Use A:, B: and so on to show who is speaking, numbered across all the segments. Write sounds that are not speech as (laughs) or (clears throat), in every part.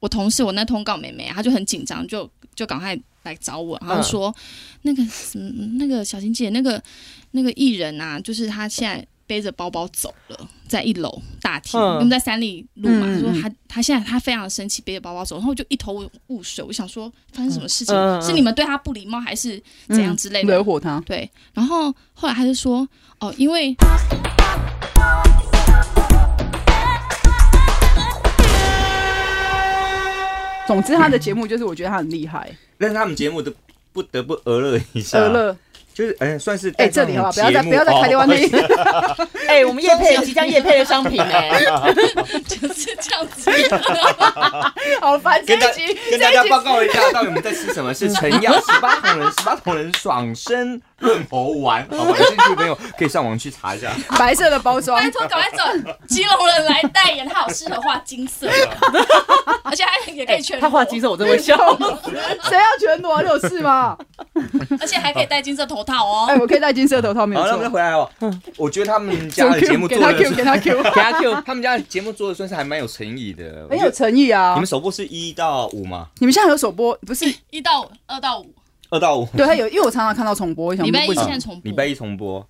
A: 我同事，我那通告妹妹，啊她就很紧张，就就赶快来找我，然后说、那个什么那个小琴姐，那个那个艺人啊，就是她现在背着包包走了，在一楼大厅，
B: 嗯
A: 我们在三里路嘛，
C: 嗯
A: 她说
C: 嗯
A: 她她现在她非常生气，背着包包走，然后我就一头雾水，我想说发生什么事情，
B: 嗯嗯嗯嗯
A: 是你们对她不礼貌，还是怎样之类的？
C: 惹火他，
A: 对，然后后来他就说，哦，因为 (laughs)
C: 总之他的节目就是我觉得他很厉害，
D: 但是他们节目都不得不鹅乐一下，
C: 乐乐，
D: 就是啊哎、算是
C: 哎，
D: 带
C: 这
D: 上
C: 里
D: 我
C: 好吧，不要
D: 们
C: 再
D: 节目
C: 不要再开电话
D: 哦
C: 那 (laughs) 里，
B: 哎、我们叶配即将叶配的商品哎、
A: 就是这样子，
C: 好烦，这
D: 跟大
C: 一集
D: 跟大家报告一下，到底我们在吃什么？是陈
C: (laughs)
D: 药十八铜人十八铜人爽身润喉丸，好吧？有兴趣的朋友可以上网去查一下。
C: (laughs) 白色的包
D: (laughs)
C: 装，
A: 拜托赶快
B: (laughs)
A: 找基隆人来代言，他好适合画金色的，而且 (laughs) 他也可以全、
B: 哎他画金，色，我真的会 (laughs) 笑。
C: 谁要全裸啊？你有事吗？
A: 而且还可以戴金色头套
C: 哎，
A: 哦。
C: 我可以戴金色头套，没有
D: 好，那我们再
C: 错。嗯
D: 回来哦。我觉得他们家
C: (laughs)
D: 的节目
C: 给
D: 做
C: 他
D: 的
C: Q，给
D: 是，
C: 他
D: (laughs)
C: Q，
B: 给他 Q，
D: 他们家的节目做的算是还蛮有诚意的。
C: 很有诚意
D: 你
C: 啊
D: 们！首播是一到五吗？
C: 你们现在还有首播？不是，
A: 一到五，二到五，
D: 二到五，
C: 对，他有，因为我常常看到重播，我想
A: 礼拜一
C: 为什
A: 现
C: 么
A: 在重播
D: 礼。拜一重播。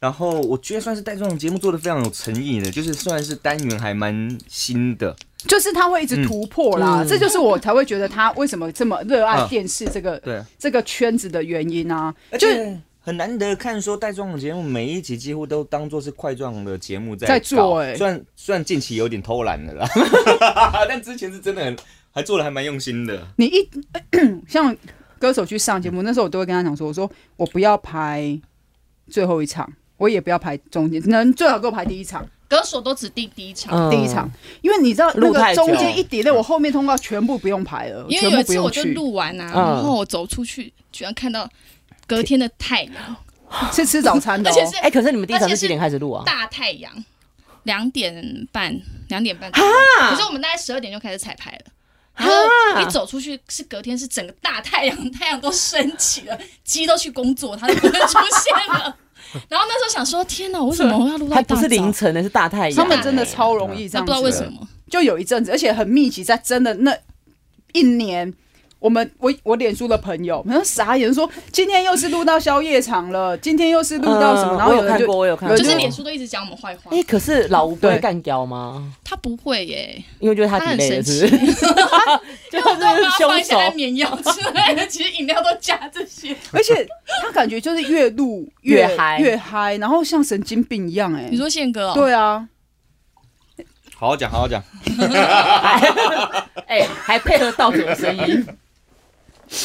D: 然后我觉得算是带这种节目做的非常有诚意的，就是算是单元还蛮新的。
C: 就是他会一
D: 嗯
C: 直突破啦，这就是我才会觉得他为什么这么热爱电视这个、
D: 啊对，
C: 这个圈子的原因啊。
D: 而
C: 就
D: 且很难得看说带状的节目，每一集几乎都当做是块状的节目在
C: 在
D: 在
C: 做欸
D: 虽然虽然近期有点偷懒了啦， (laughs) 但之前是真的很还做的还蛮用心的。
C: 你一 (clears throat) 像歌手去上节目，那时候我都会跟他讲说，我说我不要排最后一场，我也不要排中间，能最好给我排第一场，
A: 歌手都只定第一场，
B: 嗯
C: 第一场，因为你知道那
B: 录
C: 个
B: 太久
C: 中间一 delay，我后面通告全部不用排了，
A: 因
C: 全
A: 为有
C: 部
A: 一
C: 不
A: 次我
C: 用
A: 就
C: 去，
A: 录完啊，
B: 嗯
A: 然后我走出去，居然看到隔天的太阳，
C: 是吃早餐的、
A: 而
C: 哦
A: 且。是
B: 哎、可是你们第一场是几点开始录啊？
A: 大太阳，两点半，两点半。可是我们大概十二点就开始彩排了。然后一走出去是隔天是整个大太阳，太阳都升起了，鸡都去工作，它就不会出现
B: (laughs)
A: 了。然后那时候想说，天哪，我为什么我要录到
B: 还
A: 一大
B: 不是凌
A: 早？
B: 晨的，是大太阳。
A: 哎
C: 他们真的超容易这
A: 那
C: 样
A: 不知
C: 子的，
A: 道为什么，
C: 就有一阵子，而且很密集，在真的那一年，我们我我脸书的朋友，然后傻眼说今天又是录到宵夜场了，今天又是录到什么，
B: 嗯
C: 然后
B: 我
C: 有
B: 有
C: 人
B: 看过，
C: 就
B: 我有看
C: 有
B: 过，
A: 就是脸。书都一直讲我们坏话
B: 哎、。可是老吴不会
C: 对
B: 干掉吗？
A: 他不会耶，
B: 因为就是他
A: 他很
B: delay
A: 生
B: 的
A: 气
B: 是，不是， (laughs) 就
A: 因为我都帮
B: 是
A: 他放一
B: 凶
A: 些
B: 手。
A: 安眠药之类的，其实饮料都加这些。
C: (laughs) 而且他感觉就是越录越
B: 越嗨
C: 越嗨，然后像神经病一样、哎，
A: 你说宪哥哦，
C: 对啊，
D: 好好讲，好好讲。
B: (laughs) 哎、还配合倒酒的声 (laughs) 音，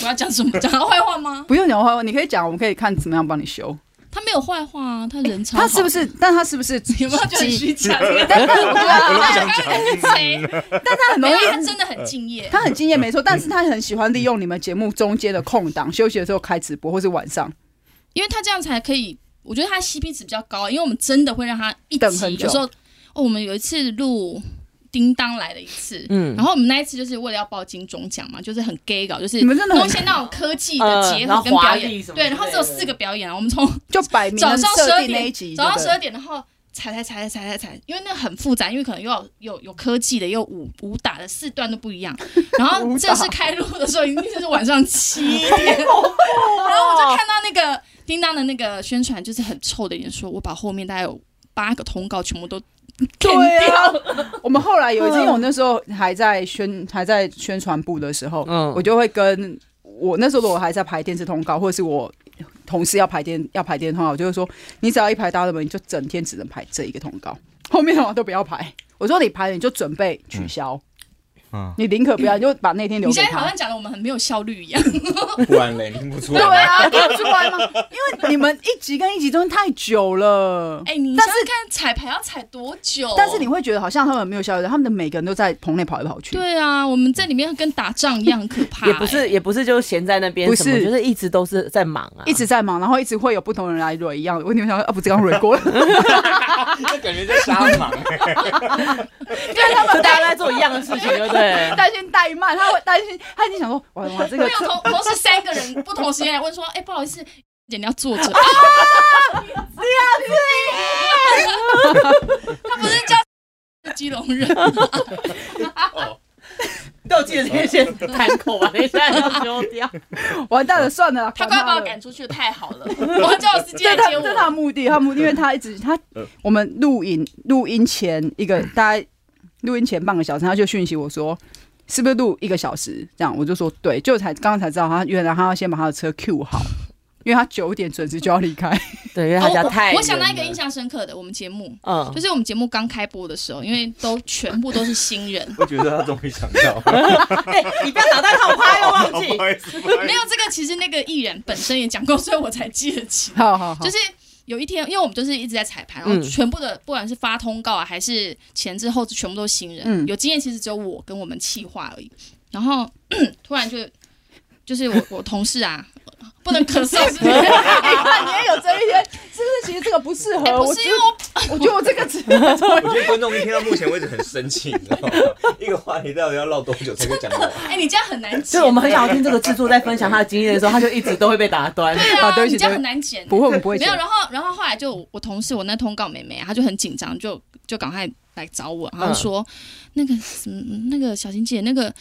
A: 我要讲什么？讲他坏话吗？
C: 不用讲话，你可以讲，我们可以看怎么样帮你修。
A: 他没有坏话啊，他人哦超好。
C: 他是不是？但他是
A: (laughs)
C: 不是？
A: 有没有觉得很虚假？
C: (laughs) 但但我觉得
D: 我都不
A: 大
C: (laughs)
D: 想
A: 家
D: 讲。
A: 很谁？
C: 但他很
A: 没
C: 容
A: 有，
C: 易。
A: 他真的很敬业。
C: 他很敬业没错，但是他很喜欢利用你们节目中间的空档、休息的时候开直播，或是晚上。
A: 因为他这样才可以，我觉得他 CP 值比较高，因为我们真的会让他一集
C: 等很久
A: 有时候哦，我们有一次录叮当来的一次，
B: 嗯
A: 然后我们那一次就是为了要报金钟奖嘛，就是很 gay 搞，就是
C: 你们真的很
A: 用一些那种科技的结合跟表
B: 嗯然后华丽
A: 演，
B: 什么之
A: 对，
B: 类的
A: 然后只有四个表演啊，我们从
C: 就摆明
A: 早
C: 了
A: 上十
C: 设
A: 二
C: 定那一
A: 点
C: 集，，
A: 早上
C: 对不
A: 十
C: 对
A: 二点，然后踩踩踩踩踩踩踩，因为那很复杂，因为可能又有有有科技的，又有武武打的，四段都不一样。然
C: (laughs)
A: 后正式开录的时候，已经就是晚上七点，然后
C: 啊
A: 我就看到那个叮当的那个宣传，就是很臭的演说，我把后面大概有八个通告全部都
C: 对啊，我们后来有一次，因为我那时候还在宣还在宣传部的时候，
B: 嗯
C: 我就会跟我那时候的我还在排电视通告，或者是我同事要排电要排电视通告，我就会说，你只要一排大热门，你就整天只能排这一个通告， (laughs) 后面的话都不要排。我说你排了你就准备取消，
D: (laughs) 嗯，
C: 你宁可不要，你就把那天留
A: 你
C: 给
A: 现在好
C: 他
A: 像。讲的我们很没有效率
C: (laughs)
A: 一样，
D: 不然嘞，听不出
C: 对
D: 来吗。
C: 啊，听不出来吗？
A: (laughs)
C: 因为你们一集跟一集中间太久了。
A: 哎，你
C: 但
A: 想
C: 是
A: 想看彩排要踩多久？
C: 但是你会觉得好像他们没有效率，他们的每个人都在棚内跑来跑去。
A: 对啊，我们在里面跟打仗一样很可怕，
B: 也不是也不是就闲在那边什么，
C: 不是
B: 就是一直都是在忙啊，
C: 一直在忙，然后一直会有不同人来蕊一样的问题。我想说，啊，不是刚蕊
A: (laughs)
C: 过了？
D: 这感觉在瞎忙。
B: 对他们大家都在做一样的事情，对不
C: (laughs)
B: 对？
C: 担心怠慢，他会担心，他已经想
A: (laughs)
C: 说，哇哇，这
A: 没
C: 个
A: 有同同时三个人不同时间来问说，哎、不好意思，姐你要坐着。啊，不要这样，他不是叫基隆人，
B: 但我记得这些谈口吧，等一下要丢掉。
C: 完蛋了，算了，
A: 他
C: 管
A: 快把我
C: 了
A: 赶出去，太好了，我叫我司机来
C: 这他
A: 接
C: 这他的
A: 我。
C: 目的，他的目的，因为他一直他
D: 嗯，
C: 我们录影录音前
A: (laughs)
C: 一个大概录音前半个小时，他就讯息我说是不是录一个小时这样，我就说对，就才刚刚才知道他原来他要先把他的车 Q 好，因为他九点准时就要
A: (laughs)
C: 离开，
B: 对，因为
A: 哦
B: 他家
A: 我
B: 太
A: 我想到一个
B: 远
A: 印
B: 了，
A: 象深刻的，我们节目
B: 嗯
A: 就，是我们节目刚开播的时候，因为都全部都是新人
D: (laughs) 我觉得他终于想到了，
C: (laughs)
B: 对哎你不要脑袋套趴又忘记
D: (laughs) 不。好意思不好意
A: 没有这个，其实那个艺人本身也讲过，所以我才记得起。
C: 好好好，
A: 就是有一天，因为我们就是一直在彩排，然后
B: 嗯
A: 全部的、不管是发通告啊，还是前置后置，全部都是新人。
C: 嗯
A: 有经验其实只有我跟我们企划而已。然后 (coughs) 突然就就是我我同事啊，不能
C: (laughs)
A: 咳 (laughs) 嗽是不是？
C: 那你也有这一天，是不是？其实这个不适合，
A: 哎、不
C: 我
A: 是
C: 觉
A: 因为我
C: 得我觉得我这个只
D: 思我觉得观众一听到目前为止很生气，你知道吗？ (laughs) 一个话题到底要唠多久才会讲完？
A: 哎、你这样很难
B: 就
A: 剪
B: 是我。们很想要听这个制作在分享他的经验的时候，他就一直都会被打断。
A: 对
C: 好
A: 啊，
C: 对不起
A: 你这样
C: 对不起
A: 很难剪。
C: 不会，我们不会
A: 没
C: 剪
A: 有，。然后然后后来就我我同事我那通告妹妹啊，她就很紧张，就就赶快来找我，然后说、那个什么那个小晴姐那个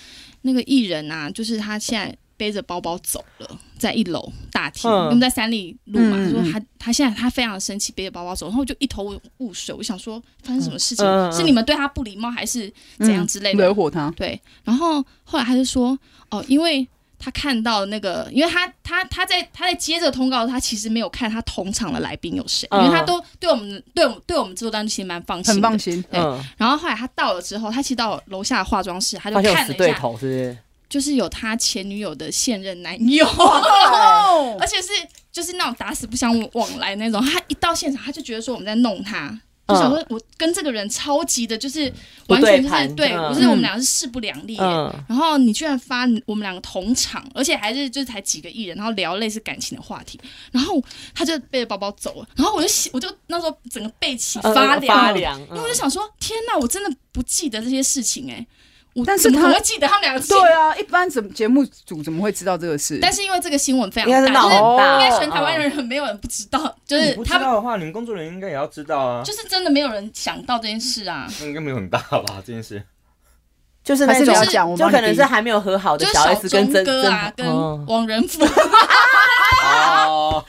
A: 那个艺人啊，就是她现在。背着包包走了，在一楼大厅，
B: 嗯
A: 我们在三里路嘛。
C: 嗯
A: 她
C: 嗯
A: 说
C: 嗯
A: 她她现在她非常生气，背着包包走，然后我就一头雾水。我想说发生什么事情，
B: 嗯嗯嗯
A: 是你们对她不礼貌，还是怎样之类的？
C: 惹火他，
A: 对，然后后来他就说，哦，因为他看到那个，因为他他他在他在接这个通告的时候，他其实没有看他同场的来宾有谁，因为他
B: 嗯
A: 都对我们对我们对我们制作单位其实蛮放心
C: 很
A: 的。
C: 放心。
A: 对
B: 嗯，
A: 然后后来他到了之后，他其实到了楼下的化妆室，他
B: 发
A: 就
B: 现有
A: 看
B: 死
A: 了一
B: 对
A: 下，
B: 头，是不是？
A: 就是有他前女友的现任男友， (laughs)
C: 哦，
A: 而且是就是那种打死不相往来那种。他一到现场，他就觉得说我们在弄他。就想说，我跟这个人超级的，就是
B: 嗯不
A: 完全
B: 对
A: 就是
B: 盘
A: 对，
B: 嗯
A: 我就是我们两个是势不两立耶。
B: 嗯，
A: 然后你居然发我们两个同场，而且还是就是才几个艺人，然后聊类似感情的话题，然后他就背着包包走了，然后我就喜我就那时候整个背脊发
B: 呃发
A: 凉，
B: 凉，
A: 因为我就想说，天哪，我真的不记得这些事情哎、我
C: 但是
A: 怎么可
C: 他
A: 能会记得他们两个见
C: 对啊，一般怎么节目组怎么会知道这个事？
A: 但是因为这个新闻非常
B: 应该是
A: 大，
B: 闹嗯
A: 就是
B: 很大，
A: 应该全台湾人没有人不知道，就是
D: 你不知
A: 他们
D: 道的话，你们工作人员应该也要知道啊，
A: 就是真的没有人想到这件事啊，
D: 那应该没有很大吧？这件事
B: 就是
C: 还
B: 那
C: 是
B: 种
C: 你要讲我
B: 就
C: 帮你
B: 可能
C: 逼
B: 是还没有和好的
A: 就是
B: 小
A: 小
B: S 跟
A: 钟
B: 真
A: 哥
B: 真
A: 啊，跟
B: 哦
A: 王仁
B: (laughs)
A: 甫，
D: 哦，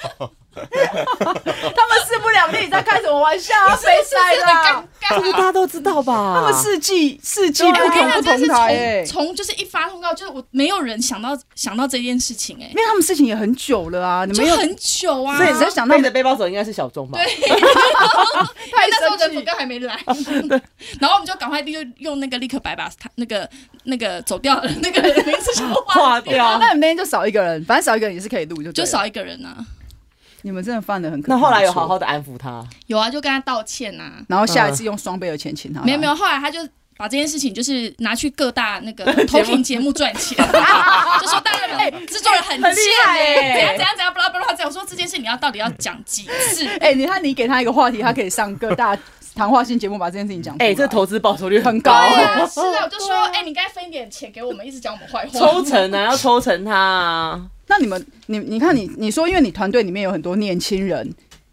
C: 他们势不两立，你在开什么玩
A: (laughs)
C: 笑啊？谁塞
A: 真的尴
C: 啦？
B: (laughs)
A: 尬啊
B: 大。家都知道吧？
C: 他们世纪世纪
B: 对
C: 不
B: 啊
A: 哎，我跟你
C: 同
A: 讲，
C: 不
A: 真
C: 同
A: 的
C: 台
A: 是
C: 哎、
A: 从从就是一发通告，就是我没有人想到想到这件事情哎、
C: 因为他们事情也很久了啊，你
A: 就
C: 们又
A: 很久啊。
C: 所以你在想到
B: 背着背包走应该是小钟吧？
A: (laughs) 因为那时候
C: 太
A: 人
C: 生
A: 福
C: 气，
A: 哥还没来， (laughs) 然后我们就赶快就用那个立刻白把他那个那个走掉的那个人的名字就换，(laughs)
B: (laughs) 化掉。
C: 那你们那天就少一个人，反正少一个人也是可以录，就对
A: 就
C: 了
A: 少一个人啊。
C: 你们真的犯的很可怕
B: 那
C: 的错。
B: 后来有好好的安抚他，
A: 有啊，就跟他道歉呐、
C: 然后下一次用双倍的钱请他、
A: 啊。没有没，有，后来他就。把这件事情就是拿去各大那个投屏节目赚钱，就说大热门制作人很
B: 很厉
A: 贱
B: 害
A: 哎，
B: 哎
A: 怎样怎样怎样，巴拉巴拉这样。我说这件事你要到底要讲几次？
C: (laughs) 哎、你看你给他一个话题，他可以上各大谈话性节目把这件事情讲出来。
B: 哎，这投资报酬率很
C: 高
A: 对
C: (laughs)
A: 啊，是啊，我就说，哎、你该分一点钱给我们，一直讲我们坏话。(laughs)
B: 抽成啊，要抽成他啊。
C: 那你们，你你看你你说，因为你团队里面有很多年轻人，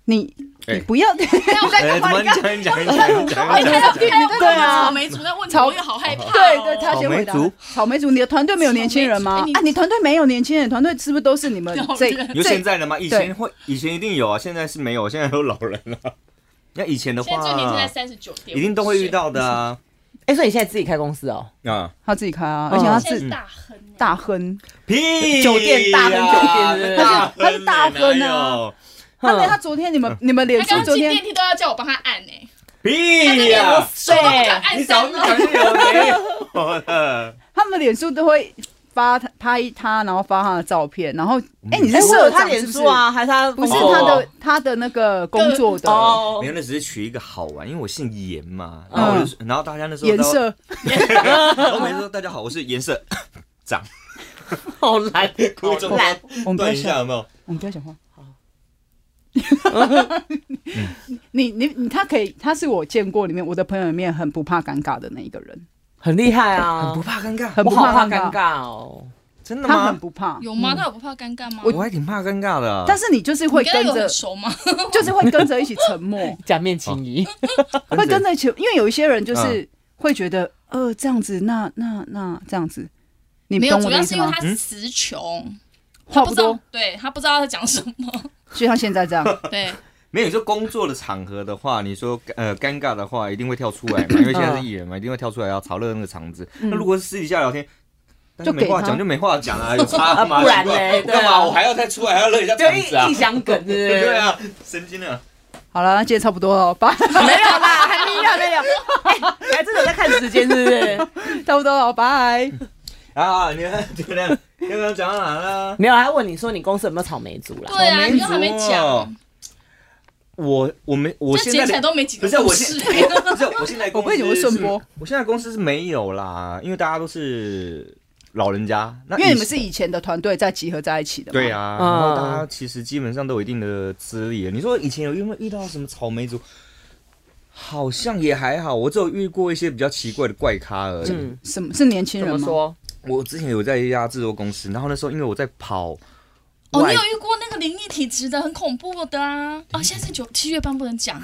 C: 你你不要
D: 哎，怎么你讲你讲你讲你讲？你讲
A: 哎他要
B: 对
A: 问
B: 啊
A: 草莓族那问题，
C: 草
A: 我也好害怕、哦。
C: (laughs) 对对，他先
D: 草莓
C: 回答
D: 族。
C: 草莓族，你的团队没有年轻人
A: 草
C: 吗
A: 莓？族哎
C: 啊，你团队没有年轻人，团队是不是都是你们
A: 老
C: 这
A: 人
D: 有
C: 这
D: 现在的吗？以前会，以前一定有啊，现在是没有，现在都老人了。那以前的
A: 现在最年轻在
D: 话，
A: 三十九点，
D: 一定都会遇。到的啊。
B: 哎，所以你现在自己开公司哦？
D: 啊，
C: 他自己开啊，
B: 嗯
C: 而且他
A: 现在
C: 自
A: 是大亨、欸，
C: 大亨，
D: 屁呀！
B: 酒店大亨酒店
D: 大
C: 啊他是他是大亨啊
D: 哪有！
C: 他没有他
B: 哼
C: 昨天你们你们脸
A: 他刚刚
C: 书昨
A: 进
C: 天
A: 电梯都要叫我帮他按呢、欸，
B: 哎
D: 屁呀！
B: 对，
A: 按
D: 你早
A: 三
C: 哦
D: 就
A: 了。
D: 讲有没有的？
C: 他们脸书都会发他拍他，然后发他的照片，然后哎、你是
B: 哎我有
C: 社
B: 他
C: 长是
B: 脸
C: 不是
B: 书？啊，还是他
C: 不是
B: 哦
C: 他的他的那个工作的
B: 哦
D: 没有，那只是取一个好玩，因为我姓严嘛，
C: 嗯
D: 然后我就，然后大家那时候
C: 颜
D: 都，
C: 色，
D: 然后每次说大家好，我是颜色，
B: 好 (laughs) 懒，
D: 哭
B: 好
D: 中
B: 懒，
C: 我们不要
D: 断一下
C: 想，
D: 有没有？
C: 我们不要讲话。 (laughs) 你你你，他可以，他是我见过里面我的朋友里面很不怕尴尬的那一个人，
B: 很厉害啊，
D: 不怕尴尬，
C: 很
B: 我
C: 不
B: 好怕
C: 尴
B: 尴，尬哦。
D: 真的
C: 他很
D: 吗？
C: 不怕。
A: 有
D: 嗯
A: 吗？他有不怕尴尬吗？
D: 我还挺怕尴尬的啊，
C: 但是你就是会
A: 你跟
C: 跟
A: 他有
C: 着
A: 很，熟吗？
C: 就是会跟着一起
A: (laughs)
C: 沉默，
B: 假面情谊，
A: 嗯
C: 会跟着一起，因为有一些人就是会觉得，呃，这样子，那那那这样子，你
A: 没有，
C: 懂
A: 主
C: 我的
A: 要
C: 意
A: 是
C: 思
A: 因为
C: 吗？
A: 他
D: 嗯
A: 词穷，
C: 话
A: 不
C: 不
A: 知道
C: 多，，
A: 对他不知道在讲什么，
C: 就像现在这样，
A: 对，
D: 没有，就工作的场合的话，你说呃尴尬的话，一定会跳出来
B: (laughs)
D: 嘛，因为现在是艺人嘛，一定会跳出来要炒热那个场子。
B: 嗯
D: 那如果是私底下聊天，但是
C: 就
D: 没
C: 给
D: 话
C: 他
D: 讲就没话
B: (laughs)
D: 讲啊，有差吗？
B: 啊不然
D: 奇怪
B: 嘞
D: 我干
B: 对
D: 嘛？
B: 啊
D: 我还要再出来还要热一下
B: 就
D: 场子啊
B: 一？一箱梗，对不
D: (laughs) 对
B: 对？
D: 啊，神经啊！
C: 好了，那今天差不多了，拜，
B: 没有啦，啊还没聊，没聊。哎，还真的在看时间，是不是？
C: 差不多了，拜。
D: 啊，你看怎么样？刚刚讲到哪了？啊
B: 没有，还问你说你公司有没有草莓族啦？
A: 对啊，
D: 草莓
A: 你都还没
D: 族哦
A: 讲，
D: 我我没我
A: 这
D: 现
A: 剪起
D: 在
A: 来都没几
D: 不
A: 个
D: 是啊我
A: 故
D: 现
A: 事，
D: 我不是
A: (laughs)
D: 我现在公
C: 我被
D: 司
C: 你们顺
D: 是
C: 播，
D: 我现在公司是没有啦，因为大家都是老人家，
C: (laughs)
D: 那
C: 因为
D: 以
C: 你们是以前的团队在集合在一起的嘛，
D: 对
C: 啊，
D: 啊，
B: 嗯
D: 然后大家其实基本上都有一定的资历了。啊你说以前有遇没遇到什么草莓族？好像也还好，我只有遇过一些比较奇怪的怪咖而已。
B: 嗯，
C: 什么是年轻
B: 怎
C: 人
B: 么
C: 吗？
B: 说？
D: 我之前有在一家制作公司，然后那时候因为我在跑
A: 哦，
D: 外
A: 你有遇过那个灵异体质的，很恐怖的啊！
B: 嗯
A: 哦，现在是九七月半不能讲，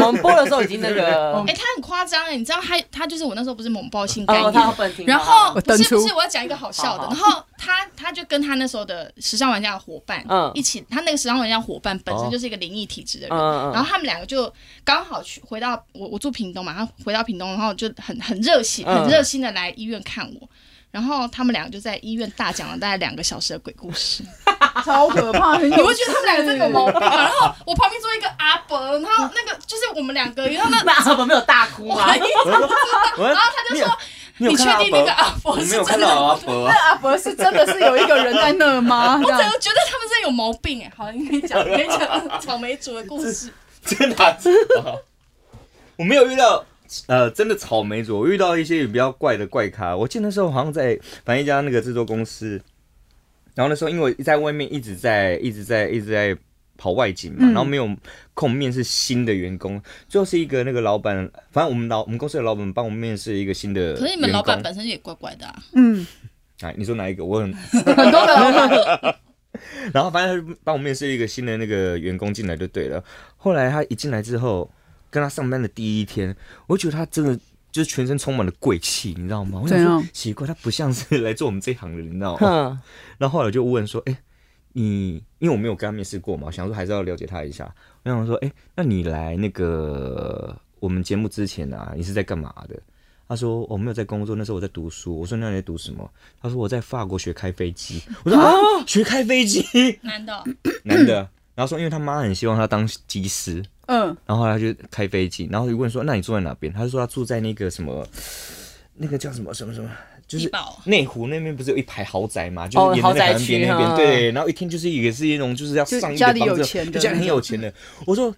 B: 我们播的时候已经那个
A: 哎，他很夸张哎，你知道他他就是我那时候不是猛爆性概
B: 哦，
A: 念，
B: 他本听啊到
A: 然后
C: 我
A: 不
C: 登
A: 是不是，
C: 出
A: 我要讲一个好笑的。
B: 好好
A: 然后他他就跟他那时候的时尚玩家的伙伴，
B: 嗯
A: 一起，他那个时尚玩家伙伴本
D: 哦
A: 身就是一个灵异体质的人，
B: 嗯嗯
A: 然后他们两个就刚好去回到我我住屏东嘛，他回到屏东，然后就很很热心
B: 嗯
A: 很热心的来医院看我。然后他们两个就在医院大讲了大概两个小时的鬼故事，
C: (laughs) 超可怕，你
A: 你会觉得他们两个真的有毛病
D: (laughs)
A: 吗？然后我旁边坐一个阿伯，然后那个就是我们两个，然后
D: (laughs)
A: 那
B: 那阿伯没有大哭啊
A: (laughs)
B: 吗？
D: 我就说，然后
A: 他就说
D: 你有
A: 你
D: 你
A: 确
D: 有看到
A: 定那个
D: 阿
A: 阿伯
D: 伯？我
A: 是
D: 没有
A: 真
D: 看
A: 的
D: 到
A: 吗？
D: 阿伯啊，
C: 阿伯是真的是有一个人在那 (laughs) 吗？
A: 我
C: 这
A: 整
C: 样
A: 个觉得他们真的有毛病哎。好，你可以讲，你可以
D: (laughs)
A: 讲草莓族的故事。
D: 真的啊、 (laughs) 我没有遇到呃真的草莓族，我遇到一些比较怪的怪咖。我记得那时候好像在反正一家那个制作公司，然后那时候因为在外面一直在一直在一直在跑外景嘛，
C: 嗯
D: 然后没有空面试新的员工，最后是一个那个老板，反正我们老我们公司的老板帮我们面试一个新的员工。
A: 可是你们老板本身也怪怪的啊，
C: 嗯，
D: 哎，你说哪一个？我很
C: 很多人
D: 然后反正他就帮我面试一个新的那个员工进来就对了。后来他一进来之后，跟他上班的第一天，我就觉得他真的。就是全身充满了贵气，你知道吗？我想
C: 怎
D: 说
C: 样
D: 奇怪，他不像是 (laughs) 来做我们这一行的人，你知道吗？
B: 哼，
D: 然后后来我就问说：“哎、你因为我没有跟他面试过嘛，我想说还是要了解他一下。”我想说：“哎、那你来那个我们节目之前啊，你是在干嘛的？”他说：“我、没有在工作，那时候我在读书。”我说：“那你在读什么？”他说：“我在法国学开飞机。”我说：“啊，学开飞机？”
A: 男的哦。
D: 男的，然后说因为他妈很希望他当机师，
C: 嗯，
D: 然后后来他就开飞机，然后就问说那你住在哪边？他就说他住在那个什么，那个叫什么什么什么，就
A: 地
D: 是
A: 堡
D: 内湖那边不是有一排豪宅嘛，
B: 哦
D: 就是沿着海岸边那边，
B: 豪宅区
D: 对，然后一听就是也是那种就是要上
C: 嗯
D: 亿
C: 就家
D: 的
C: 里
D: 房
C: 有
D: 子，
C: 钱的
D: 就家里很有钱的。我说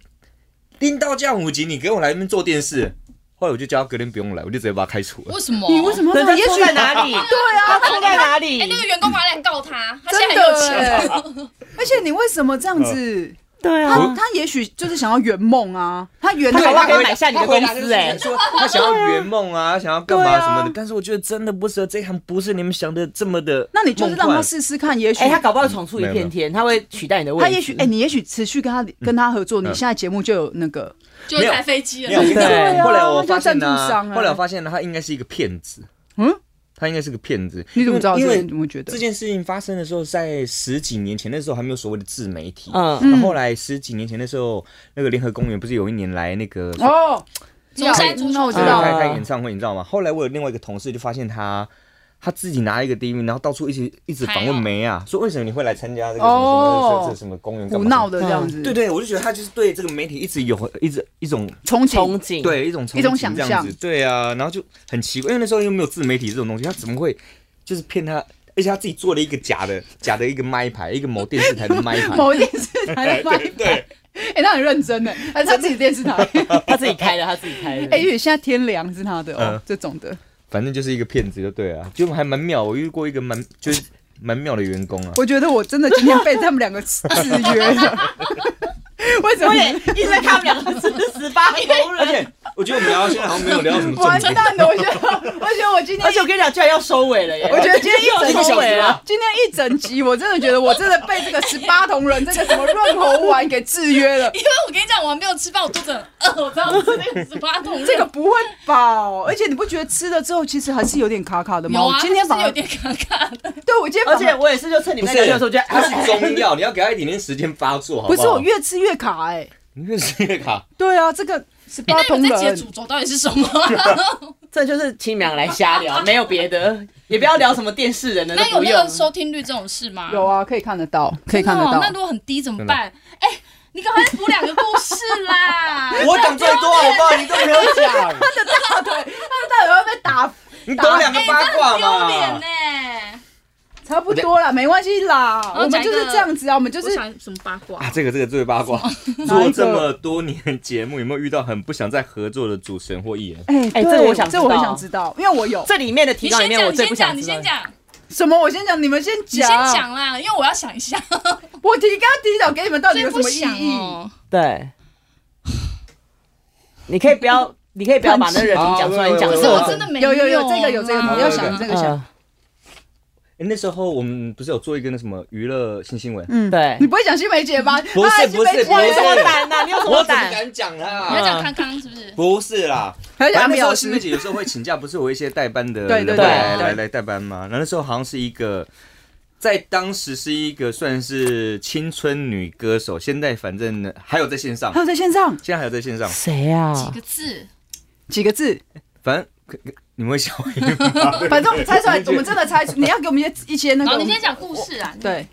D: 拎到降五级，你给我来那边做电视。后来我就叫他隔天不用来，我就直接把他开除了。
A: 为什么？
C: 你为什么要这
B: 人家
C: 样？也
B: 错
C: 许
B: 在哪里？对啊，他错在哪
A: 哎，
B: 里
A: 那？个员工马上来告他，他现
C: 真
A: 在很有
C: 的
A: 钱。
C: 欸，而且你为什么这样子？
B: 对啊
C: 他他也许就是想要圆梦啊，他圆
B: 他搞不好
C: 梦
B: 可以买下你的公司哎
D: 他说 (laughs) 他想要圆梦啊，想要干嘛
B: 对啊
D: 什么的，但是我觉得真的不适合这一行，不是你们想的这么的梦幻。
C: 那你就是让他试试看，也许
B: 哎，他搞不好闯
D: 嗯
B: 出一片天，他会取代你的位置。
C: 他也许哎，你也许持续跟他跟他合作，你现在节目就有那个
A: 就一台飞机
D: 没有，我
A: 了
D: 跟。你讲
B: 对啊
D: 后来我发现
C: 就赞助商啊
D: 呢，后来我发现呢，他应该是一个骗子。
C: 嗯，
D: 他应该是个骗子。
C: 你怎么知道？
D: 因为
C: 你怎么觉得
D: 这？件事情发生的时候，在十几年前，那时候还没有所谓的自媒体。
B: 嗯，
D: 然后后来十几年前的时候，那个联合公园不是有一年来那个
C: 哦，
A: 中山
C: 要那我知
D: 对，
C: 道
D: 开
B: 啊
D: 开演唱会，你知道吗？后来我有另外一个同事就发现他，他自己拿一个 DV，然后到处一直一直访问梅啊，说为什么你会来参加这个什么什么
C: 哦
D: 这什么公园干
C: 胡
D: 嘛
C: 闹的这样子，
D: 对对，我就觉得他就是对这个媒体一直有一直一种
C: 憧
B: 憧
C: 憬。
B: 憬，
D: 对一种憧憬
C: 一种想象
D: 这样子对啊，然后就很奇怪，因为那时候又没有自媒体这种东西，他怎么会就是骗他？而且他自己做了一个假的假的一个麦牌，一个某电视台的麦牌，
C: (laughs) 某电视台的麦
D: 对对，
C: 哎，他很认真哎，还是他自己电视 (laughs) 台。
B: 他自己开的，他自己开的。
C: 哎，因为现在天凉是他的哦
D: 嗯，
C: 这种的。
D: 反正就是一个骗子就对了，就还蛮妙。我遇过一个蛮就是蛮妙的员工啊，
C: 我觉得我真的今天被他们两个 (laughs) 制 (laughs) 约了。为什么
B: 对，一直在看他们两个是十八
D: 而且我觉得我们聊到现在好像没有聊到什么
C: 完
D: 重点。
C: 蛋了！我觉得，我觉得我今天
B: 而且我跟你讲，居然要收尾了耶！
C: 我觉得今天
B: 又
C: 一
B: 要
C: 整
B: 收尾了。
C: 今天一整集，我真的觉得我真的被这个十八铜人这个什么润喉丸给制约了。
A: 因为我跟你讲，我还没有吃饭，我肚子很饿，我知道吃那个十八桶
C: (laughs) 这个不会饱，而且你不觉得吃了之后其实还是有点卡卡的吗？
A: 有
C: 我
A: 啊，
C: 今天
A: 就是
C: 反
A: 有
C: 而
A: 点尴尬的。
C: 对我今天反
B: 而
C: 而
B: 且我也是，就趁你
D: 不
B: 们在聊天
D: 是
B: 的时候，我觉得
D: 它
B: 啊，
D: 是中药，你要给它一点点时间发作，好
C: 不
D: 不好？
C: 是我越吃越卡哎、
D: 你越吃越卡。
C: 对啊，这个十
A: 哎
C: 八
A: 那
C: 铜
A: 你们这节
C: 人
A: 主轴到底是
C: (laughs)
A: 什么啊？
B: (laughs) 这就是清凉来瞎聊，没有别的，也不要聊什么电视人的，
A: 那
B: 都
A: 有
B: 不
A: 那
B: 用
A: 个。收听率这种事吗？
C: 有啊，可以看得到，可以
A: 真的
C: 看
A: 哦，
C: 得到
A: 那。如果很低怎么办？哎，你赶快补两个故事
B: (laughs)
A: 啦！
D: (laughs) 我讲最多好不好？你都没有讲，
C: 那到底会被打？
D: 你懂两个八卦
A: 丢脸 (laughs)
D: 嘛？
A: 呢。
C: 差不多啦，没关系啦，
A: 后
C: 我们就
A: 讲
C: 是
A: 一个
C: 这样子啊，我们就
A: 就是想什么八卦
D: 啊，？这个这个最八卦。做这么多年节目，有没有遇到很不想再合作的主持人或艺人？
C: 哎
B: 哎
C: 对
B: 这个我想知
C: 这我很
B: 道
C: 想知道，因为我有
B: 这里面的提
A: 你
B: 纲里
A: 先
B: 面，
A: 讲，
B: 我
A: 你
B: 最不
A: 先
B: 想
A: 讲，
B: 知
A: 你先
B: 道的。
A: 讲，
C: 什么？我先讲，你们先
A: 你先
C: 讲，
A: 讲啦，因为我要想一下，
C: 我提纲提早给你们到
A: 最
C: 底有什
A: 不
C: 么意
A: 想
C: 义？
A: 哦。
B: 对，你可以不要，你可以不要把那个
D: 哦
B: 人名讲出来，你讲
D: 不
A: 可是
B: 的是
A: 我
B: 我哦
A: 真的没
C: 有有有
A: 有
C: 这个有这个
A: 啊
D: 你要想
C: 这个想
B: 嗯
D: 哎，那时候我们不是有做一个那什么娱乐新新闻？
C: 嗯，
B: 对
C: 你。不会讲新梅姐吧？
D: 不是
C: 啊
D: 不是
C: 新梅姐
D: 不
B: 有什么
D: 是
B: 胆呐？你有什么
D: 我怎么
B: 胆？
D: 敢讲
A: 你要
D: 啦？
A: 讲康康是不是？
D: 不是啦，
C: 还有
D: 反
C: 阿
D: 正那
C: 米
D: 时候
C: 老
D: 新梅
C: 师，
D: 姐有时候会请假，不是有一些代班的
C: 对对
B: (laughs) 对
D: 人来
B: 对
D: 来来代班嘛。然后那时候好像是一个，在当时是一个算是青春女歌手，现在反正呢还有在线上
C: 还，有在线上
D: 现在还有在线上，
B: 谁啊？
A: 几个字？
C: 几个字，
D: 反正可可你们会笑我一点
C: 反正我们猜出来，我们真的猜出，你要给我们一些一些那
A: 好，
C: 个
A: 你，先讲故事啊。你，
C: 对，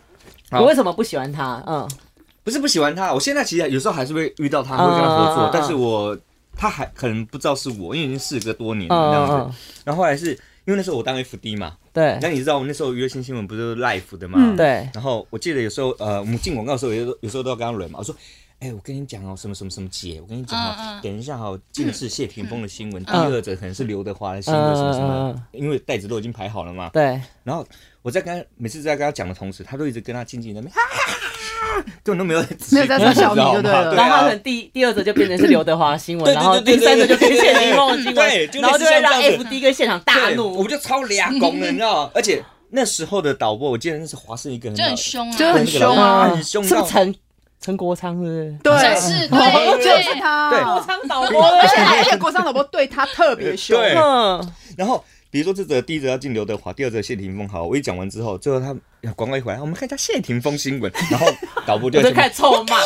D: 好
B: 我为什么不喜欢他？嗯，
D: (laughs) 不是不喜欢他，我现在其实有时候还是会遇到他，会跟他合
B: 嗯
D: 作，
B: 嗯嗯
D: 但是我他还可能不知道是我，因为已经事隔多年了这
B: 嗯
D: 样子。
B: 嗯，
D: 然后后来是因为那时候我当 FD 嘛，
B: 对
D: 那你知道我们那时候娱乐新新闻不是 live 的嘛？
C: 嗯
B: 对，
D: 然后我记得有时候呃，我们进广告的时候，有时候有时候都要跟他轮嘛，我说。哎、我跟你讲哦，什么什么什么姐，我跟你讲哦，
A: 嗯嗯
D: 等一下哦，近视谢霆锋的新闻，第
B: 嗯
D: 二者可能是刘德华的新闻，什么什么，
B: 嗯嗯嗯
D: 因为袋子都已经排好了嘛。
B: 对，
D: 然后我在跟他每次在跟他讲的同时，他都一直跟他静静在那边，哈哈哈哈根本都没有
C: 没有在说小米就对了
B: 然后
D: 对
B: 他可
D: 啊
B: 能，第第二则就变成是刘德华的新闻，
D: 对对对
B: 然后第三则就变谢霆锋的新
D: 对
B: 闻
D: 就，类似
B: 然后就会让
D: 像这样子
B: FD 跟现场大
D: 对我
B: 怒
D: 们。就超俩拱的，你知道吗？而且那时候的导播，我记得那是华盛一个人
A: 就很凶啊，
C: 就很凶啊
D: 很凶
B: 是不
D: 到
B: 是陈陈国昌？是
C: 对，
A: 像是对，
C: 就是
A: 对，
C: 他，
D: 对
B: 国昌导 (laughs) 播，
C: 而且而且国商老婆对他特别凶，
D: 对
B: 嗯，
D: 然后比如说这则第一则要进刘德华，第二则谢霆锋，好，我一讲完之后，最后他广告一回来，我们看一下谢霆锋新闻，然后导播就
B: 我
D: 在
B: 就
D: 前面
B: 开始臭骂，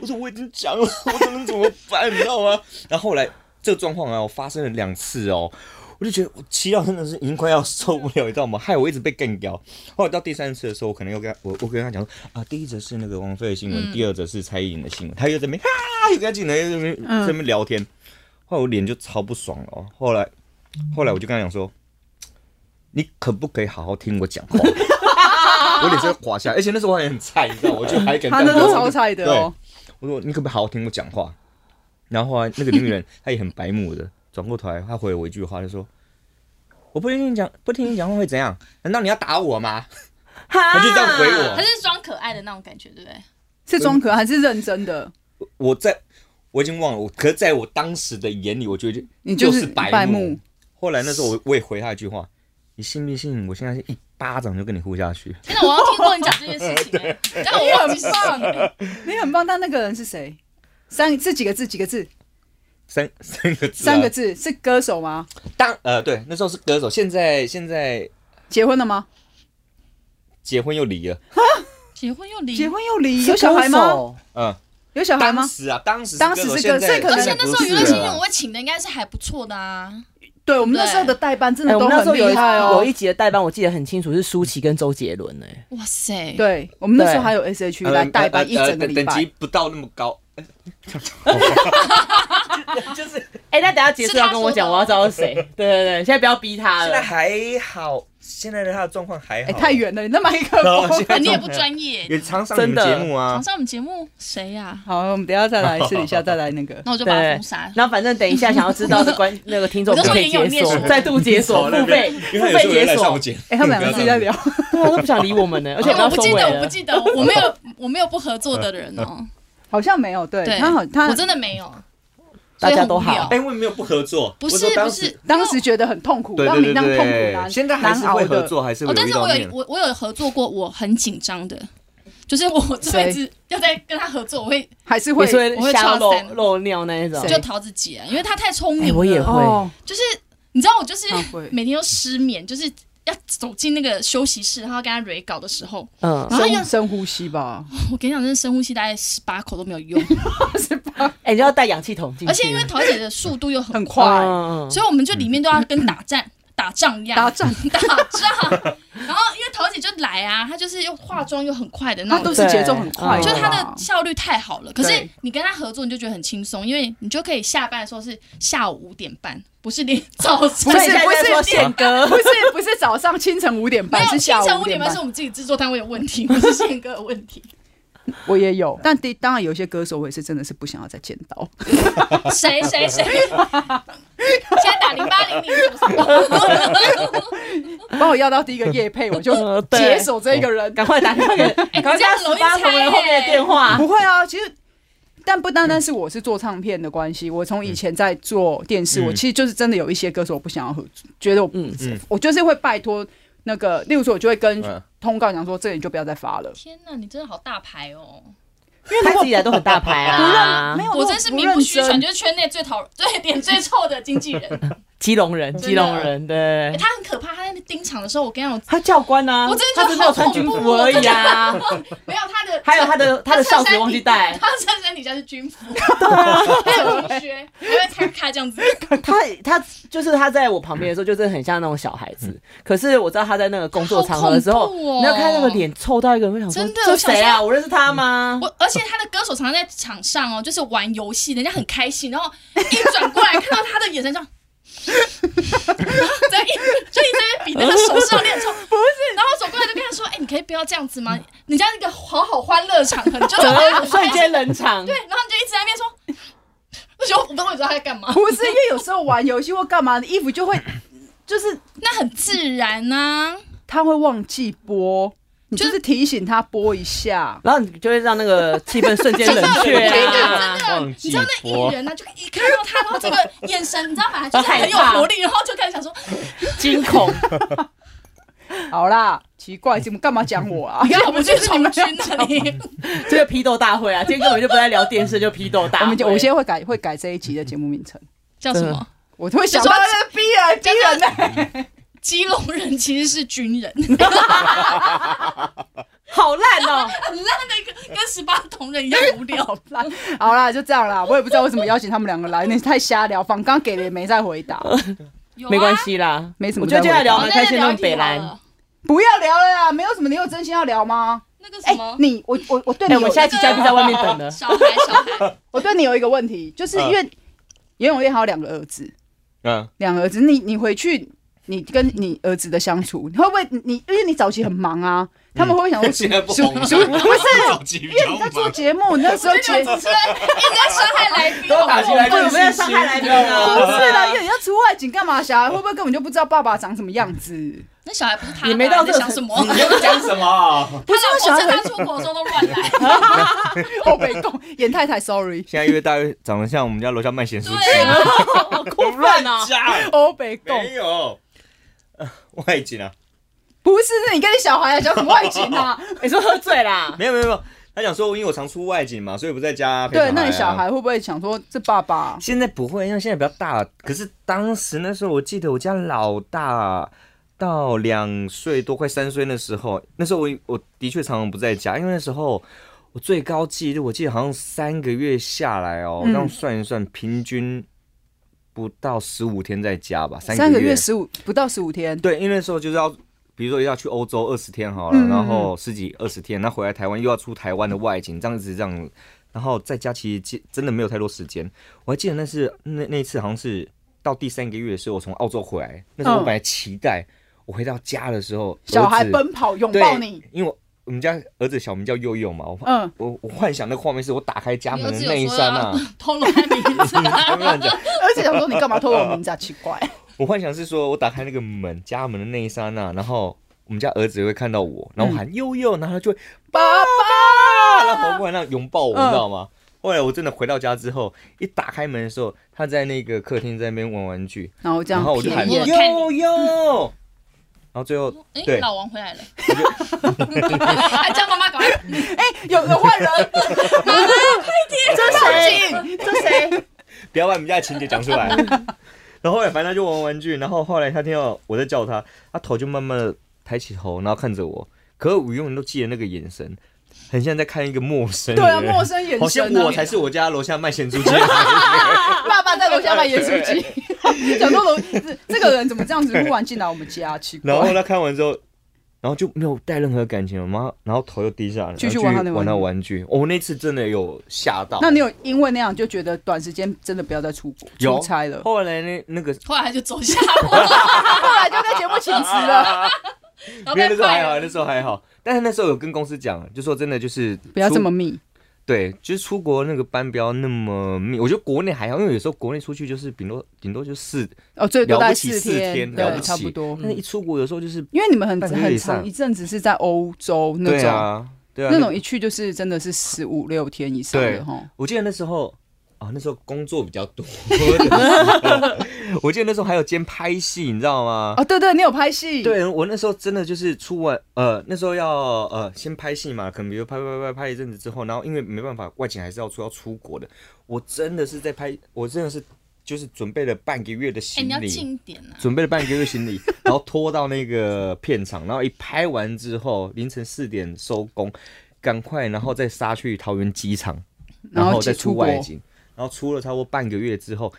D: 我说我已经讲了，我真的怎么办，你知道吗？然后后来这个状况啊，我发生了两次哦，我就觉得我气到真的是已经快要受不了，你知道吗？害我一直被干掉。后来到第三次的时候，我可能又跟他我我跟他讲说啊，第一则是那个王菲的新
C: 嗯
D: 闻，第二则是蔡依林的新闻，他又在那边啊，又跟他进来又在那边在
C: 嗯
D: 那边聊天，后来我脸就超不爽了、哦。后来后来我就跟他讲说，你可不可以好好听我讲话？ (laughs) 我脸就滑下来，而且那时候我还很菜，你知道，我就还敢
C: 他
D: 这
C: 那
D: 样
C: 时候超
D: 子
C: 菜的哦，
D: 我说你可不可以好好听我讲话？然后后来那个
C: (laughs)
D: 女人她也很白目的，转过头来她回了我一句话，就说：“我不听你讲，不听你讲话会怎样？难道你要打我吗
B: 他
D: 就这样回我
A: 他是装可爱的那种感觉，对不对？
C: 是装可爱还是认真的？？”
D: 我在我已经忘了，我可是在我当时的眼里，我觉得
C: 你
D: 就
C: 就是
D: 白
C: 白
D: 目。
C: 目
D: 后来那时候我我也回她一句话：“你信不信？我现在一巴掌就跟你呼下去。
A: 真的，我要听过你讲这件事情，
B: (laughs)
A: 哎然后我忘记是谁。
C: (laughs) 你很棒，但那个人是谁？三是几个字？几个字？
D: 三”三个字、啊
C: 三个。字是歌手吗？
D: 当呃对，那时候是歌手，现在现在
C: 结婚了吗？
D: 结婚又离了。
A: 结婚
B: 嗯
A: 又离，
C: 结婚又离，有小孩吗？？
D: 嗯，
C: 有小孩
D: 当
C: 吗？
D: 时啊，当时
C: 当时
D: 歌手
C: 是
D: 现
C: 歌所以
D: 在
C: 可能
A: 而且
D: 现
A: 那
D: 在
A: 时
D: 不
A: 候
D: 是
A: 娱乐新
D: 了
B: 啊
A: 人我请的应该是还不错的啊，
C: 对我们那时候的代班真的
B: 哎我
C: 都
B: 们那时
C: 很
B: 候有
C: 厉
B: 一
C: 害
B: 有
C: 哦。
B: 一集的代班，我记得很清楚，是舒淇跟周杰伦哎，
A: 哇塞，
C: 对我们那时候还有 S H E
D: 呃
C: 来代班
D: 呃
C: 一整个
D: 呃
C: 礼
D: 等级
C: 拜，
D: 不到那么高。
B: 就是哎，那等下结束要跟我讲，我要知道是谁。对对对，现在不要逼他
D: 现在
B: 了。
D: 还好，现在的他的状况还好。
C: 哎，太远了，你 (laughs) 那麦克
D: 然后
C: 风
D: 现。在
A: 哎你也不专业。
D: 也常上你们节目啊
A: 早。上我们节目谁呀？
C: 好，我们等一下再来私底下再来那
D: (laughs)
C: 个。
A: 那我就把他
B: 对
A: 封杀，。
B: 那反正等一下想要知道的
A: (laughs)
B: 观那个听众
A: 我都说
B: 可以
A: 你有
B: 解
A: 念
B: 锁，
A: 书
B: 再度解锁付费
D: 因
B: 付
D: 为
B: 费
D: 他有时候也
B: 解
D: 来上我
B: 锁，
D: 节目，
C: 哎，他们两个自己在聊，
B: 对啊，都不想理我们呢，而且
A: 哎我
B: 要
A: 不
B: 收
A: 记
B: 尾啊嗯
A: 得，我不
B: 了。
A: 记得，我没有，我没有不合作的人哦。
C: 好像没有。对
A: 对，
C: 他好，他
A: 我真的没有。所以
B: 大家
A: 很
B: 都
A: 无聊
B: 好
D: 哎，我也没有不合作，
A: 不
D: 我
A: 是
D: 说当
A: 不
D: 时
A: 是，
C: 当时觉得很痛苦，
D: 对
C: 让你
D: 对对
C: 让痛苦
D: 对，
C: 难，
D: 现在还是
C: 难熬
D: 会合
C: 的。
D: 作，还是
A: 哦
D: 会，
A: 但
D: 遇
A: 是
D: 到
A: 我
D: 面
A: 有。我我有合作过，我很紧张的，就是我这辈子要再跟他合作，我会
C: 还是
B: 你
C: 会
B: 是
A: 我会
B: 会吓
A: 超
B: 到漏
A: 散
B: 漏尿那一种
C: 对？
A: 就桃子姐，啊因为她太聪明
B: 哎
A: 了，
B: 我也会
C: 哦，
A: 就是你知道我就是
C: 啊会
A: 每天都失眠，就是要走进那个休息室，然后跟他 re 稿的时候，
B: 嗯，
A: 然后要嗯
C: 深深呼吸吧。
A: 我跟你讲，真的深呼吸大概十八口都没有
C: (laughs)
A: 用，
B: 哎，你就要带氧气筒进去，
A: 而且因为桃子姐的速度又很
C: 很
A: 快，
C: 快
B: 嗯，嗯
A: 所以我们就里面都要跟打战。打仗一样，
C: 打仗
A: (laughs) 打仗，然后因为桃姐就来啊，她就是又化妆又很快的那
C: 他
A: 种，
C: 都是节奏很快，
B: 对
A: 就是他
C: 他
A: 的效率太好了。可是
C: 对
A: 你跟他合作，你就觉得很轻松，因为你就可以下班的时候是下午五点半，不是连早上。
B: 所
C: 不
B: 以
C: 是
B: 现在
C: 不
B: 在
C: 是
B: 说宪哥
C: (laughs)
B: (laughs)
C: 不，是不是早上清晨五点
A: 没
C: 半，
A: 有
C: 是
A: 清
C: 下
A: 晨五
C: 午五
A: 点半
C: 半
A: 是。我们自己制作单位有问题，不是宪 (laughs) 哥有问题。
C: 我也有，但第当然有一些歌手，我也是真的是不想要再见到。 (laughs)
A: 谁谁谁？现在打零八零零是不是？
C: 帮我要到第一个夜配，我就
B: 呃 (laughs) 对
C: 接手这个人。
B: 赶快打电话给，赶快
A: 哎这样
B: 加
A: 很容
B: 十
A: 易欸
B: 八
A: 猜
B: 同人后面
A: 耶
B: 的电话。
A: (laughs)
C: (laughs) 不会啊，其实。但不单单是我是做唱片的关系，我从以前在做电视，
D: 嗯
C: 我其实就是真的有一些歌手我不想要合作，觉得我、
B: 嗯
D: 嗯
C: 我就是会拜托那个，例如说我就会跟
D: 嗯
C: 通告讲说，这个你就不要再发了。
A: 天哪，你真的好大牌哦！
B: 他一直以来都很大牌啊，
C: 没有，
A: 我真是名不
C: 认
A: 虚传，
C: 真，
A: 就是圈内最讨最脸最臭的经 (laughs) 纪人。
B: 基隆人，
A: 的
B: 基隆人，
A: 欸
B: 对，
A: 他很可怕，他在那盯场的时候，我跟你讲，我
B: 他教官啊，
A: 我真的
B: 他
A: 觉得
B: 只是有
A: 好
B: 穿
A: 恐
B: 军
A: 怖。
B: 服而已啊，
A: 没有 (laughs) 他的，
B: (laughs) 还有他的他的
A: 衬
B: 哨
A: 衫
B: 子
A: 底
B: 忘记带，
A: (laughs) 他的衬衫底下是军
B: (laughs)
A: 服，还有军靴，因为咔咔这样子。
B: 他他就是他在我旁边的时候，就是很像那种小孩子。可是我知道他在那个工作场合的时
A: 好
B: 候，
A: 恐怖哦
B: 你要看那个脸臭到一个，会想说
A: 真的
B: 这谁
A: 我想
B: 啊？我认识他吗？
A: 我而且他的歌手常常在场上哦，就是玩游戏，人家很开心，然后一转过来看到他的眼神这样。然后 (laughs) 在一就一直在比那个手势要练错，不是，然后走过来就跟他说：“哎、你可以不要这样子吗？人家那个好好欢乐的场合，你就
B: 整
A: 让他
B: 个
A: 很开
B: 嗯瞬
A: 心
B: 间冷场，
A: 对，然后你就一直在那边说，我就我都不知道他在干嘛，
C: 不是因为有时候玩游戏或干嘛，衣服就 (laughs) 会就是
A: 那很自然呐、
C: 他会忘记播，你
A: 就
C: 就是是提醒他播一下。
B: 然后你就会让那个气氛瞬间冷却
A: 真的
B: 啊。
A: 真的，你知道那艺人呢、就一看到他，然后这个眼神，你知道吗？就是很有活力，然后就开始想说，
B: 惊恐，
C: 好啦，奇怪，怎么干嘛讲我啊
A: (laughs)
B: (laughs)
A: 你？看我们去从军那里，
B: 这个批斗大会啊，今天根本就不在聊电视，就批斗大会。
C: 我们
A: 欸
C: 就我现在会改会改这一集的节目名称，
A: (laughs) 叫什么？
C: 我就会想
A: 就
C: 到
A: 说
C: 那逼人逼人呢。
A: 基隆人其实是军人， (laughs)
B: 好烂哦，
A: 很烂的一个，跟十八铜人一样无聊。
C: 好啦，好啦，就这样啦。我也不知道为什么邀请他们两个来，你
B: (laughs)
C: 太瞎聊。反刚给的也没在回答，
A: 有啊
B: (laughs) 没关，系啦，
C: 没什么
B: 我觉得接下来聊
A: 好
B: 我们
A: 那
B: 开
A: 再
B: 心
A: 聊
B: 弄
A: 一
B: 北
A: 题好
B: 兰。
A: 了。
C: 不要聊了啦。没有什么，你有真心要聊吗？
A: 那个
C: 哎、
A: 什么，
C: 你我我我对
B: 哎、
C: 你有，
B: 我们下一期嘉宾在外面等了。
A: 小孩小孩，
C: 我对你有一个问题，就是因
B: 嗯
C: 为袁咏仪还有两个儿子，
D: 嗯，
C: 两个儿子，你你回去，你跟你儿子的相处，你会不会你因为你早期很忙啊，他们会不会想说
D: (laughs) 现在不啊
C: 叔
D: 红了
C: 叔不是？
D: 手 (laughs) 机比
C: 因为
D: 较
C: 你在做
D: 忙，
C: 节
D: (laughs)
C: 目，那时候节
A: 主持人一直在伤害来宾，
B: 都打进来
C: 哦
A: 好不好
B: 对我们要伤害来宾啊
C: 不是的，因为你要出外景干嘛？小孩会不会根本就不知道爸爸长什么样子？
A: 那小孩不是他的，
B: 你没到
A: 你在
B: 这个
A: 想什么？
D: 你又讲什么？
A: 不是
C: 我
A: 我
C: 想
A: 趁
C: 很
A: 他出国的时候都乱
B: (laughs)
A: 来，
C: 哦，北贡严太太，sorry。
D: (laughs) 现在越大越长得像我们家楼下卖咸酥
A: 对
D: 鸡，
A: 啊，
B: (laughs) 好过分啊！
D: 讲
C: 欧北贡
D: 没有，呃 (laughs) 外景啊，
C: 不是，是你跟你小孩啊，讲什么外景啊？
B: (laughs) 你说喝醉啦？
D: 没有没有没有，他讲说因为我常出外景嘛，所以不在家陪
C: 对，那你小
D: 啊
C: 孩会不会想说这爸爸？
D: 现在不会，因为现在比较大。可是当时那时候，我记得我家老大到两岁多，快三岁那时候，那时候我我的确常常不在家，因为那时候我最高纪录，我记得好像三个月下来哦，
C: 嗯
D: 这样算一算，平均不到十五天在家吧，三
C: 三
D: 个
C: 个月十五不到十五天，
D: 对，因为那时候就是要，比如说要去欧洲二十天好了，
C: 嗯嗯嗯
D: 然后十几二十天，那回来台湾又要出台湾的外景，这样子这样，然后在家其实其真的没有太多时间。我还记得那是那那一次好像是到第三个月的时候，我从澳洲回来，那时候我
C: 嗯
D: 本来期待、我回到家的时候，
C: 小孩
D: 儿子
C: 奔跑拥
D: 对
C: 抱你，，
D: 因为我我们家儿子小名叫悠悠嘛，我、
C: 嗯，
D: 我我幻想那个画面是我打开家
A: 你
D: 门
A: 儿
D: 的
A: 子
D: 那一
A: 有说
D: 刹那
A: 要。偷了他名字，
C: 啊
D: (laughs) 乱讲，
C: 而且想说你干嘛偷我名字啊？奇怪，
D: 我幻想是说，我打开那个门，家门的那一刹那，然后我们家儿子会看到我，然后我喊悠悠，然后他就会
C: 嗯爸爸，
D: 然后跑过来那样拥抱我，
C: 嗯
D: 你知道吗？后来我真的回到家之后，一打开门的时候，他在那个客厅在那边玩玩具，
C: 然后这样
D: 然后我就
C: 瞥
D: 喊
C: 一
A: 我
C: 眼，
A: 看你
D: 哟哟，然后最后
A: 哎、
D: 对
A: 老王回
D: (laughs)
A: 来了，还叫妈妈赶快
C: 有有坏人， (laughs) 啊
B: 这谁？这谁？
D: 不要把我们家的情节讲
C: (laughs)
D: 出来。然后后来反正他就玩玩具，然后后来他听到我在叫他，他头就慢慢的抬起头，然后看着我。可是我永远都记得那个眼神，很像在看一个陌生
C: 对啊，
D: 人
C: 陌生眼
D: 好像
C: 神啊，
D: 我才是我家楼下卖咸猪
C: (laughs)
D: 鸡的那
C: 爸爸在楼下卖盐酥鸡， (laughs) 想说楼这这个人怎么这样子忽然进来我们家，奇
D: 个人。然后
C: 怪。
D: 他看完之后，然后就没有带任何感情了，妈，然后头又低下来，
C: 继续
D: 然后
C: 玩他的
D: 玩
C: 玩具
D: 他的玩具。我、那次真的有吓到。
C: 那你有因为那样就觉得短时间真的不要再出国
D: 有
C: 出差
D: (laughs)
C: 了，
D: 后来那那个
A: 后来他就走下坡，
C: 后来就跟节目请辞了。
A: 然后
D: 没有
A: 被
D: 那时候还
A: 坏
D: 好，
A: 了。
D: 那时候还好，但是那时候有跟公司讲，就说真的就是
C: 不要
D: 出
C: 这么密，
D: 对，就是出国那个班不要那么密。我觉得国内还好，因为有时候国内出去就是顶多顶多就四，
C: 哦，最多
D: 了不
C: 待
D: 起
C: 四
D: 四天了
C: 对，
D: 不
C: 差
D: 起嗯
C: 不多。
D: 但是一出国有时候就是
C: 因为你们很
D: 半个月
C: 很
D: 以上
C: 长一阵子是在欧洲那
D: 对
C: 种，
D: 啊，对啊，
C: 那
D: 那
C: 种一去就是真的是十五六天以上
D: 对
C: 的哈。
D: 我记得那时候啊，那时候工作比较多，我记得那时候还有兼拍戏，你知道吗？
C: 哦，对对，你有拍戏，，
D: 对我那时候真的就是出完呃，那时候要呃先拍戏嘛，可能比如拍拍拍拍一阵子之后，然后因为没办法，外景还是要出要出国的，我真的是在拍，我真的是就是准备了半个月的
A: 哎、
D: 行
A: 你要
D: 李，
A: 近一点啊！
D: 准备了半个月行李， (laughs) 然后拖到那个片场，然后一拍完之后凌晨四点收工，赶快然后再杀去桃园机场，
C: 然后
D: 后再
C: 去出
D: 出
C: 国
D: 外景，然后出了差不多半个月之后，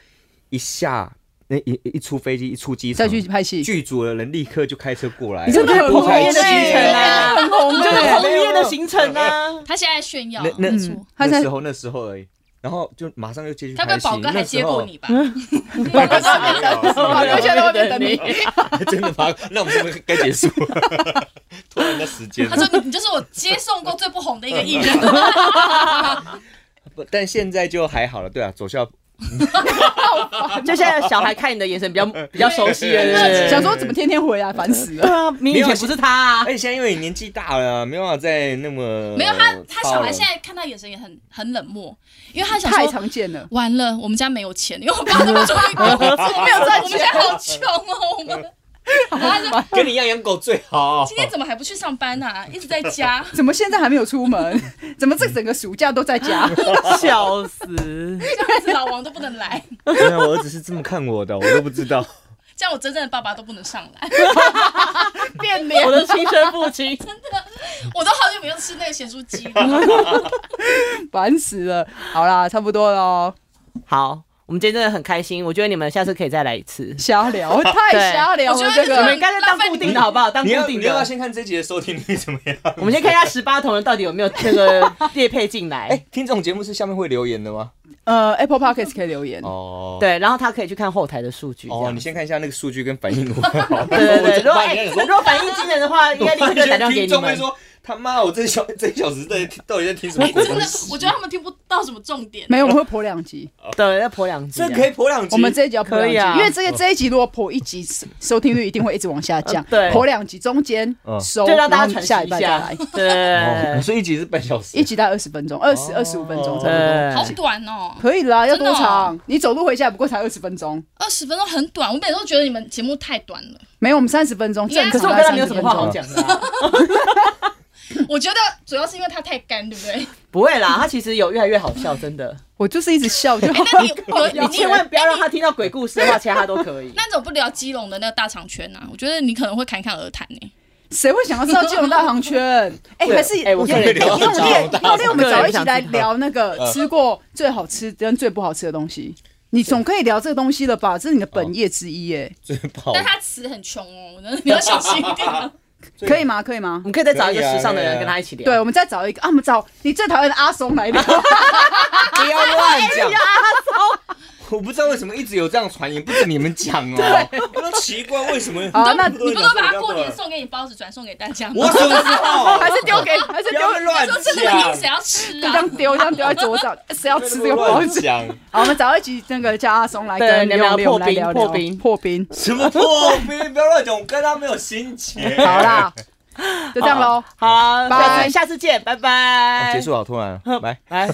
D: 一下那一一一出飞机一出机场
C: 再去拍戏，
D: 剧组的人立刻就开车过来，
C: 你真的很
D: 我
C: 红
D: 才
C: 哎，
B: 红
D: 记
B: 的行程啊，
C: 很红
B: 就是
C: 哎。
B: 红叶的行程啊！
A: 他现在炫耀
D: 那，那
A: 没错
C: 他
D: 那
C: 在
D: 时候那时候而已，然后就马上又接续
A: 他
D: 拍
A: 跟
D: 戏
A: 宝，哥还
D: 那时
A: 接
D: 候
A: 过你吧？
C: 嗯
A: (laughs)
D: 宝哥是没
B: 啊
D: 有是
C: 宝
D: 没有
B: (laughs)
C: 哦哥现在在外面等你，
D: 真的吗？那我们是不是该结束了？ (laughs) 拖人家时间
A: 他。说你你就是我接送过最不红的一个艺人，
D: 嗯不但现在就还好了，对啊，走校
B: 就现在小孩看你的眼 (laughs) 神比较比较熟悉了，对不对
C: 想说怎么天天回来，烦死
B: 对
C: 了。
B: 啊，明明以前不是他啊
D: 而，且哎现在因为你年纪大了，啊没办法再那么
A: (laughs) 没有他他小孩现
D: 在
A: 在看他眼神也很很冷漠，因为他想
C: 太
A: 说。
C: 常见了，
A: 完了，我们家没有钱，因为我爸都不出去工
C: 嗯
A: 作，没有赚钱，我们
C: (laughs)
A: 家好穷哦。我们
D: 啊跟你一样养狗最
A: (laughs)
D: 好
A: 今。天怎么还不去上班啊？一直在家。
C: 怎么现在还没有
B: (laughs)
C: 出门？怎么这整个暑假都在家？
B: 嗯哎笑死！
A: 这样子老王都不能来，
D: 原来啊我儿子是这么看我的，我都不知道。
A: 这样我真正的爸爸都不能上来。
C: 变
B: (laughs)
C: 脸
B: 我的亲生父亲，
A: 我都好久没有吃那个咸酥鸡
D: (laughs)
A: 了。
C: 烦死了。好啦，差不多喽，
B: (laughs) 好，我们今天真的很开心，我觉得你们下次可以再来一次。
C: 瞎聊，太瞎聊
A: 我
C: 了
A: 觉得
B: (laughs)
C: 这
B: 我
A: 这
B: 们
A: 个
C: 个。
B: 应该是当固定的好不好？当
D: 你
B: 固
D: 要
B: 定
D: 你要不要
B: 的。
D: 先看这集的收听率怎
B: (laughs)
D: 么样？
B: 我们先看一下十八同人到底有没有这个列配进 (laughs)
D: 哎
B: 来。，
D: 听这种节目是下面会留言的吗？
C: 呃，Apple Podcast 可以留言，
D: 哦，。
B: 对，然后他可以去看后台的数据。这
D: 哦，
B: 样
D: 你先看一下那个数据跟反应
B: (laughs)
D: 我。好
B: 对对对，
D: 我
B: 如
D: 就
B: 果
D: 怕
B: 哎
D: 人家想
B: 如
D: 说
B: 果反应惊人的 (laughs) 话，应该立刻就打电话给
D: 听
B: 你
D: 众会
B: 们。
D: 说他妈，我这小这一小时在到底在听什么鬼
A: 真
D: 东
A: 的
D: 西？，啊
A: 我觉得他们听不到什么重点。
C: 没有，我们会破两集。
B: 对，要破两集啊。
D: 这可以破两集。
C: 我们这一集要破两
B: 可以啊
C: 集，因为这个这一集如果破一集，收收听率一定会一直往下降。
B: 呃对
C: 破两集中间
D: 嗯
C: 收，
B: 就让
C: 然
B: 大家
C: 后你
B: 喘息
C: 下礼
B: 一
C: 拜再
B: 下
C: 来，。
D: 哦，
B: 对
D: 所以一集是半小
B: (laughs)
D: 时
C: 一。集大概二十分钟，二十二十五分钟差
B: 哦
C: 不多。
B: 对，
A: 好短哦，
C: 可以啦，要多
A: 真的
C: 长
A: 哦？
C: 你走路回家也不过才二十分钟，
A: 二十分钟很短，我每次都觉得你们节目太短了。
C: 没有我们三十分钟，正
A: 可
B: 啊可是
C: 常
B: 我
C: 大
B: 跟
C: 概
B: 他
C: 三
B: 没有
C: 十
B: 什
C: 分
B: 么话好
C: 钟。
B: 讲的啊。
A: (laughs) 我觉得主要是因为它太干，对不对？
B: 不会啦，他其实有越来越好笑，真的。
C: 我就是一直笑， (laughs) 就
A: 那你有
B: (laughs) 你千万不要让他听到鬼故事的话，其他他都
A: (laughs)
B: 可以。
A: 那你怎么不聊基隆的那个大肠圈啊？我觉得你可能会侃侃而谈呢、
C: 谁会想要知道金融大
B: (laughs)
C: 航圈？哎，
B: 对
C: 还是
B: 哎我
C: 因
B: 个
C: 为
B: 人
C: 因
B: 比较
C: 为我
B: 想知道嗯
C: 们因为我们早一起来聊那
D: 我个人比较
C: 个
D: 想知道
C: 吃过最好吃跟最不好吃的东西，你总可以聊这个东西了吧？这是你的本业之一，哎，
D: 最爆
A: 但他词很穷哦，我觉得你要小心一点啊。
C: 可以吗？可以吗
B: 我？们可以再找一个
D: 可以啊
B: 时尚的
D: 可以
B: 人
D: 啊
B: 跟他一起聊。
C: 对，我们再找一个啊，我们找你最讨厌的阿松来
B: (laughs)
C: 聊。
D: 不要乱
B: 哎
D: 讲！我不知道为什么一直有这样传言，不准你们讲哦。我都奇怪为什么。
C: 好那
D: (laughs) 你
A: 你不是把它过年送给你包子转送给大家
D: 啊我
A: 吗？
D: 什么时候？
C: 还是丢给，还是
D: 哦不
C: 丢
D: 要乱
A: 说这个硬谁
D: 讲！
A: 要吃
C: 这样
A: 啊？
C: 丢，这样丢在
B: (laughs)
C: 桌上，谁要吃这
D: 不
C: 个
D: 要
C: 包
D: 乱
C: 子？
D: 讲！
C: 好，我们找一集那个叫阿松来
B: 对
C: 跟
B: 聊
C: 刘
B: 聊
C: 刘
B: 破
C: 来聊
B: 冰
C: 聊
B: 破冰
C: 破冰。哎哦
D: 什么破冰？不要乱讲！我跟他没有心结。
C: 好啦，就这样喽。
B: 好啊，
C: 拜
B: 下次下次见，拜拜。
D: 哦结束好突然，拜。
B: 来。